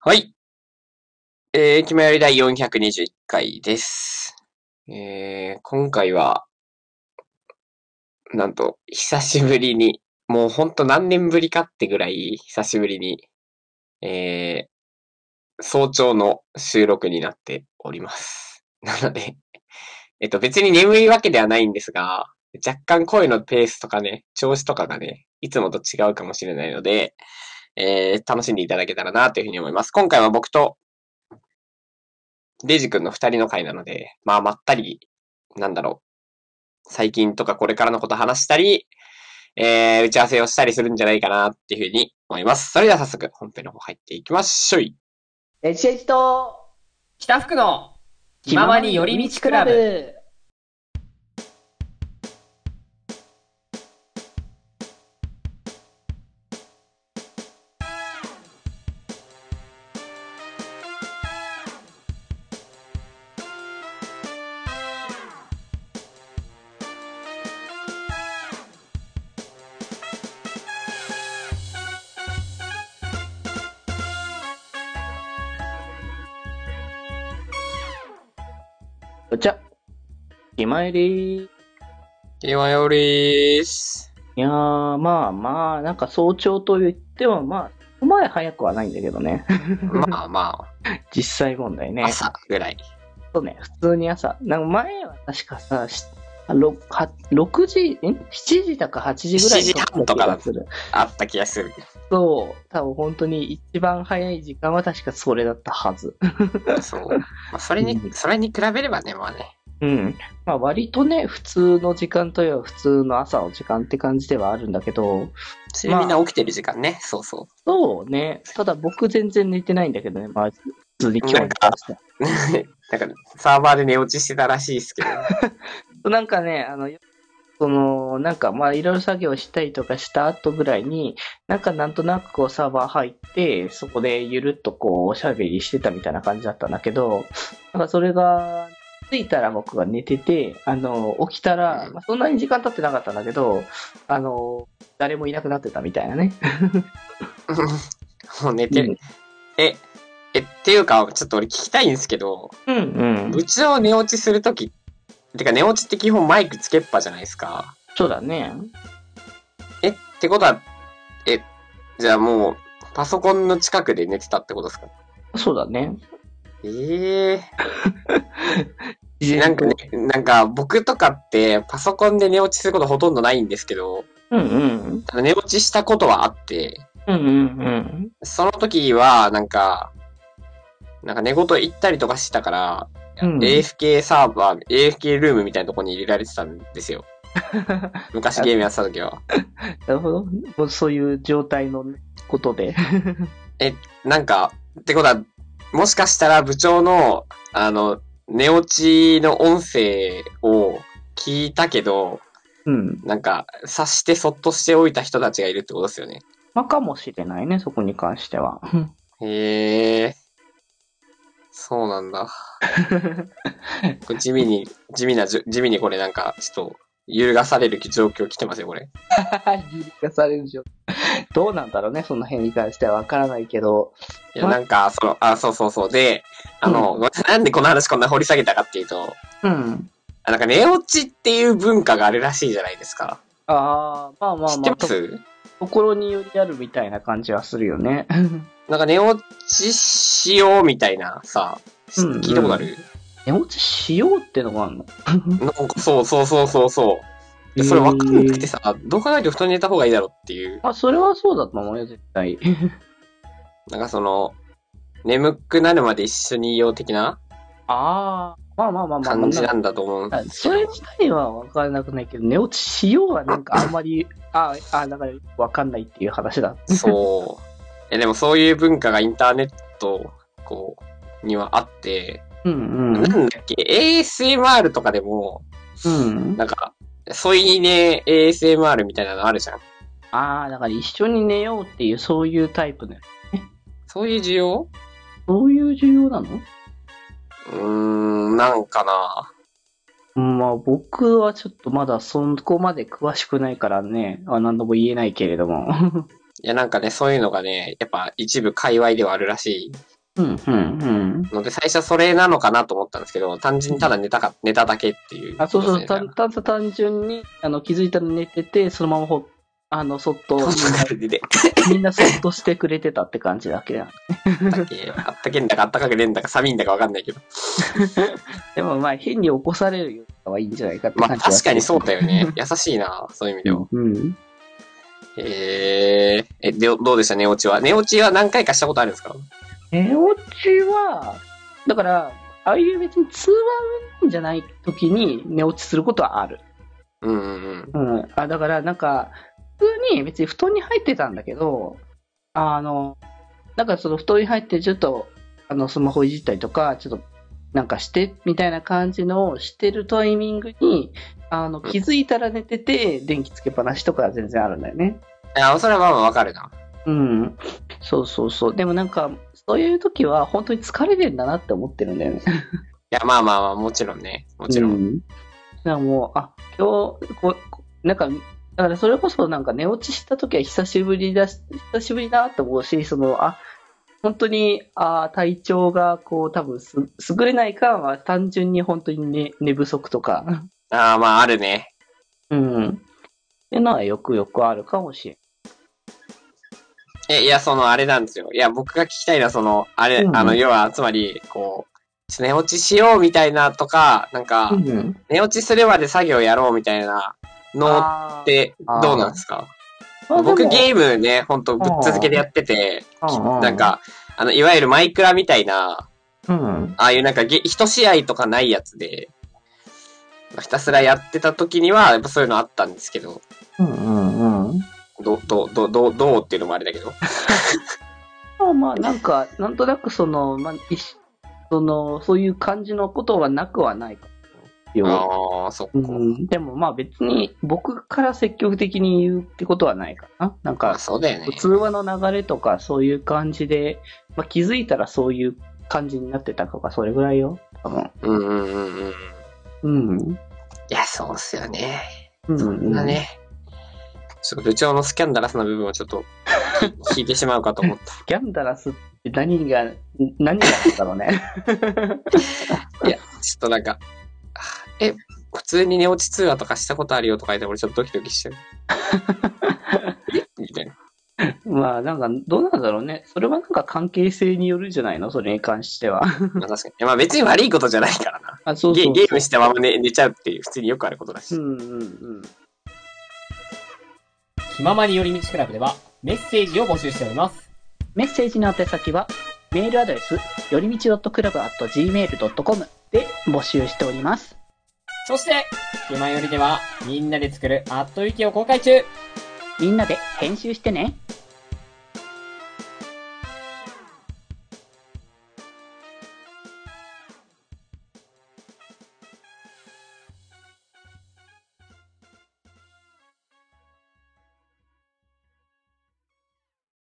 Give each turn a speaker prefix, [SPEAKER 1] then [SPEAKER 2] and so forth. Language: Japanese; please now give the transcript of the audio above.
[SPEAKER 1] はい。えー、キモやり第421回です。えー、今回は、なんと、久しぶりに、もうほんと何年ぶりかってぐらい、久しぶりに、えー、早朝の収録になっております。なので、えっと、別に眠いわけではないんですが、若干声のペースとかね、調子とかがね、いつもと違うかもしれないので、えー楽しんでいただけたらなというふうに思います。今回は僕と、デジ君の二人の回なので、まあ、まったり、なんだろう、最近とかこれからのこと話したり、えー打ち合わせをしたりするんじゃないかなっていうふうに思います。それでは早速、本編の方入っていきましょい。
[SPEAKER 2] HH と
[SPEAKER 3] 北福の気ままに寄り道クラブ。
[SPEAKER 2] お茶今より
[SPEAKER 1] ではよりーす。
[SPEAKER 2] いやーまあまあなんか早朝と言ってもまあお前早くはないんだけどね
[SPEAKER 1] まあま
[SPEAKER 2] 実際問題ね
[SPEAKER 1] あ、朝ぐらい。
[SPEAKER 2] そうね普通に朝なんか前は確かさしろは6時ん7時だか8時ぐらいに撮った気がする
[SPEAKER 1] あった気がする。
[SPEAKER 2] そう多分本当に一番早い時間は確かそれだったはず
[SPEAKER 1] そう。まあ、それに、それに比べればね、まあね。
[SPEAKER 2] うん。まあ割とね、普通の時間といえば普通の朝の時間って感じではあるんだけど、
[SPEAKER 1] それみんな起きてる時間ね。そうそう。
[SPEAKER 2] そうね。ただ僕全然寝てないんだけどね、まあ普通に今日に関しては
[SPEAKER 1] なんか、サーバーで寝落ちしてたらしいですけど。
[SPEAKER 2] なんかね、あの、その、なんかまあいろいろ作業したりとかした後ぐらいに、なんかなんとなくこうサーバー入って、そこでゆるっとこうおしゃべりしてたみたいな感じだったんだけど、なんかそれが、着いたら僕が寝てて、あの、起きたら、まあ、そんなに時間経ってなかったんだけど、あの、誰もいなくなってたみたいなね。
[SPEAKER 1] もう寝てる。え、え、っていうか、ちょっと俺聞きたいんですけど、
[SPEAKER 2] うんうん。
[SPEAKER 1] 部長寝落ちするとき、てか寝落ちって基本マイクつけっぱじゃないですか。
[SPEAKER 2] そうだね。
[SPEAKER 1] え、ってことは、え、じゃあもう、パソコンの近くで寝てたってことですか
[SPEAKER 2] そうだね。
[SPEAKER 1] ええなんかね、なんか僕とかってパソコンで寝落ちすることほとんどないんですけど、
[SPEAKER 2] うんうん。
[SPEAKER 1] ただ寝落ちしたことはあって、
[SPEAKER 2] うんうんうん。
[SPEAKER 1] その時は、なんか、なんか寝言行ったりとかしてたから、
[SPEAKER 2] うん
[SPEAKER 1] AFK サーバー、AFK ルームみたいなとこに入れられてたんです よ。昔ゲームやってた時は。
[SPEAKER 2] なるほど。もうそういう状態のことで。
[SPEAKER 1] なんか、ってことは、もしかしたら部長の、あの、寝落ちの音声を聞いたけど、
[SPEAKER 2] うん。
[SPEAKER 1] なんか、察してそっとしておいた人たちがいるってことですよね。
[SPEAKER 2] まあ、かもしれないね、そこに関しては。
[SPEAKER 1] へえ。そうなん だ。これ地味に、地味な、じゅ地味にこれなんか、ちょっと、揺るがされる状況来てますよ、これ。
[SPEAKER 2] 理解される状態どうなんだろうね、その辺に関してはわからないけど。
[SPEAKER 1] いや、
[SPEAKER 2] ま
[SPEAKER 1] なんか、その、あ、そうそうそう。で、あの、ごめんなさいなんでこの話こんな掘り下げたかっていうと、
[SPEAKER 2] うん。
[SPEAKER 1] あなんか寝落ちっていう文化があるらしいじゃないですか。
[SPEAKER 2] ああ、まあまあ
[SPEAKER 1] 知っ
[SPEAKER 2] ま
[SPEAKER 1] て
[SPEAKER 2] あ、
[SPEAKER 1] ま
[SPEAKER 2] と
[SPEAKER 1] す
[SPEAKER 2] ところによりあるみたいな感じはするよね。
[SPEAKER 1] なんか寝落ちしようみたいなさ、し
[SPEAKER 2] うんうん
[SPEAKER 1] 聞いたことある、
[SPEAKER 2] 寝落ちしようってのがあるの
[SPEAKER 1] なんかそうそうそうそうそう。でそれ分かんなくてさ、どう考えても布団に寝た方がいいだろうっていう。
[SPEAKER 2] あ、それはそうだと思うよ、絶 対。
[SPEAKER 1] なんかその、眠くなるまで一緒にいよう的な
[SPEAKER 2] ああ、まあまあまあまあ、ま
[SPEAKER 1] 感じ
[SPEAKER 2] あ
[SPEAKER 1] なんだと思うん
[SPEAKER 2] あ
[SPEAKER 1] です
[SPEAKER 2] そ
[SPEAKER 1] けど
[SPEAKER 2] れ自体は分からなくないけど、寝落ちしようはなんかあんまり、ああ、だから分かんないっていう話だ。
[SPEAKER 1] そう。え、でもそういう文化がインターネット、こう、にはあって、
[SPEAKER 2] うんうん。
[SPEAKER 1] なんだっけ、ASMR とかでも、
[SPEAKER 2] うん。
[SPEAKER 1] なんか、添い寝 ASMR みたいなのあるじゃん。
[SPEAKER 2] ああ、だから一緒に寝ようっていう、そういうタイプのやつ。
[SPEAKER 1] そういう需要
[SPEAKER 2] そういう需要なの
[SPEAKER 1] うーん、なんかな。
[SPEAKER 2] まあ僕はちょっとまだそこまで詳しくないからね、あ何度も言えないけれども。
[SPEAKER 1] いや、なんかね、そういうのがね、やっぱ一部界隈ではあるらし
[SPEAKER 2] うん、うん、うん。
[SPEAKER 1] いので、最初それなのかなと思ったんですけど、単純にただ寝たか、寝ただけっていう。
[SPEAKER 2] あ、そうそ
[SPEAKER 1] こ
[SPEAKER 2] う、
[SPEAKER 1] と
[SPEAKER 2] た
[SPEAKER 1] ですね
[SPEAKER 2] ただ単純に、あの、気づいたら寝てて、そのままほ、あの、そっと、みん
[SPEAKER 1] トー
[SPEAKER 2] な
[SPEAKER 1] トから出て
[SPEAKER 2] みんなそっとしてくれてたって感じだけど。
[SPEAKER 1] あったっけあったけんだかあったかくねえんだか寒いんだかわかんないけど。
[SPEAKER 2] でもまあ、変に起こされるよりかはいいんじゃないかって
[SPEAKER 1] ま
[SPEAKER 2] 感じ
[SPEAKER 1] あ
[SPEAKER 2] はする
[SPEAKER 1] 確かにそうだよ ね。優しいな、そういう意味では。
[SPEAKER 2] うん。
[SPEAKER 1] えー、え、で、どうでした寝落ちは。寝落ちは何回かしたことあるんですか
[SPEAKER 2] 寝落ちは、だから、ああいう別に通話運じゃない時に寝落ちすることはある。
[SPEAKER 1] うんうんうん。
[SPEAKER 2] うん。あ、だからなんか、普通に別に布団に入ってたんだけど、あの、なんかその布団に入ってちょっと、あの、スマホいじったりとか、ちょっと、なんかして、みたいな感じのをしてるタイミングに、あの、気づいたら寝てて、電気つけっぱなしとか全然あるんだよね。
[SPEAKER 1] あ、それはまあまあわかるな。
[SPEAKER 2] うん。そうそうそう。でもなんか、そういう時は本当に疲れてんだなって思ってるんだよね。も
[SPEAKER 1] いや、まあまあまあ、もちろんね。もちろん。
[SPEAKER 2] ん。だからもう、あ、今日、ここなんか、だからそれこそなんか寝落ちした時は久しぶりだし、久しぶりだなって思うし、その、あ、本当に、あ体調がこう多分す優れないか、まあ単純に本当に寝寝不足とか、
[SPEAKER 1] ああ、まああるね。
[SPEAKER 2] うん。っていうのはよくよくあるかもしれん。
[SPEAKER 1] え、いや、その、あれなんですよ。いや、僕が聞きたいのは、その、あれ、
[SPEAKER 2] うん
[SPEAKER 1] あの、要は、つまり、こう、寝落ちしようみたいなとか、なんか、
[SPEAKER 2] うん。
[SPEAKER 1] 寝落ちすればで作業やろうみたいなの
[SPEAKER 2] あ
[SPEAKER 1] っ
[SPEAKER 2] ー、
[SPEAKER 1] て、
[SPEAKER 2] あー
[SPEAKER 1] どうなんですか
[SPEAKER 2] まあでも
[SPEAKER 1] 僕ゲームね、ほんとぶっ続けでやってて、
[SPEAKER 2] うんうん
[SPEAKER 1] なんか、あの、いわゆるマイクラみたいな、
[SPEAKER 2] うん。
[SPEAKER 1] ああいうなんかゲ、一試合とかないやつで、ひたすらやってた時には、やっぱそういうのあったんですけど、
[SPEAKER 2] うんうんうん。
[SPEAKER 1] ど、ど、ど、ど、どうっていうのもあれだけど。
[SPEAKER 2] まあまあ、なんか、なんとなくその、まあ、いしその、そういう感じのことはなくはないかよ。
[SPEAKER 1] ああ、そっか。
[SPEAKER 2] うん、でもまあ別に僕から積極的に言うってことはないかな。なん
[SPEAKER 1] まあ
[SPEAKER 2] か、
[SPEAKER 1] そうだよね。
[SPEAKER 2] 通話の流れとかそういう感じで、まあ気づいたらそういう感じになってたとか、それぐらいよ。多分。
[SPEAKER 1] うんうんうんうん。い
[SPEAKER 2] うん。
[SPEAKER 1] や、そうっすよね。
[SPEAKER 2] う
[SPEAKER 1] そん
[SPEAKER 2] ん。
[SPEAKER 1] なね。ちょっと部長のスキャンダラスな部分をちょっと き聞いてしまうかと思った。
[SPEAKER 2] ギャンダラスって何が、何があったろうね。
[SPEAKER 1] ちょっとなんか、あえ、普通に寝落ち通話とかしたことあるよとか言って俺ちょっとドキドキしちゃ う。えみたいな。
[SPEAKER 2] まあなんか、どうなんだろうね。それはなんか関係性によるんじゃないのそれに関しては。
[SPEAKER 1] まあ確かに。まあ別に悪いことじゃないからな。
[SPEAKER 2] あ、そうそう
[SPEAKER 1] ゲ
[SPEAKER 2] そう
[SPEAKER 1] ゲームしたまま寝寝ちゃうっていう普通によくあることだし。
[SPEAKER 2] うんうんうん。
[SPEAKER 3] 気ままに寄り道クラブではメッセージを募集しております。
[SPEAKER 2] メッセージの宛先は、メールアドレス、よりみち .club.gmail.com で募集しております。
[SPEAKER 3] そして、気まよりではみんなで作るあっという間を公開中
[SPEAKER 2] みんなで編集してね。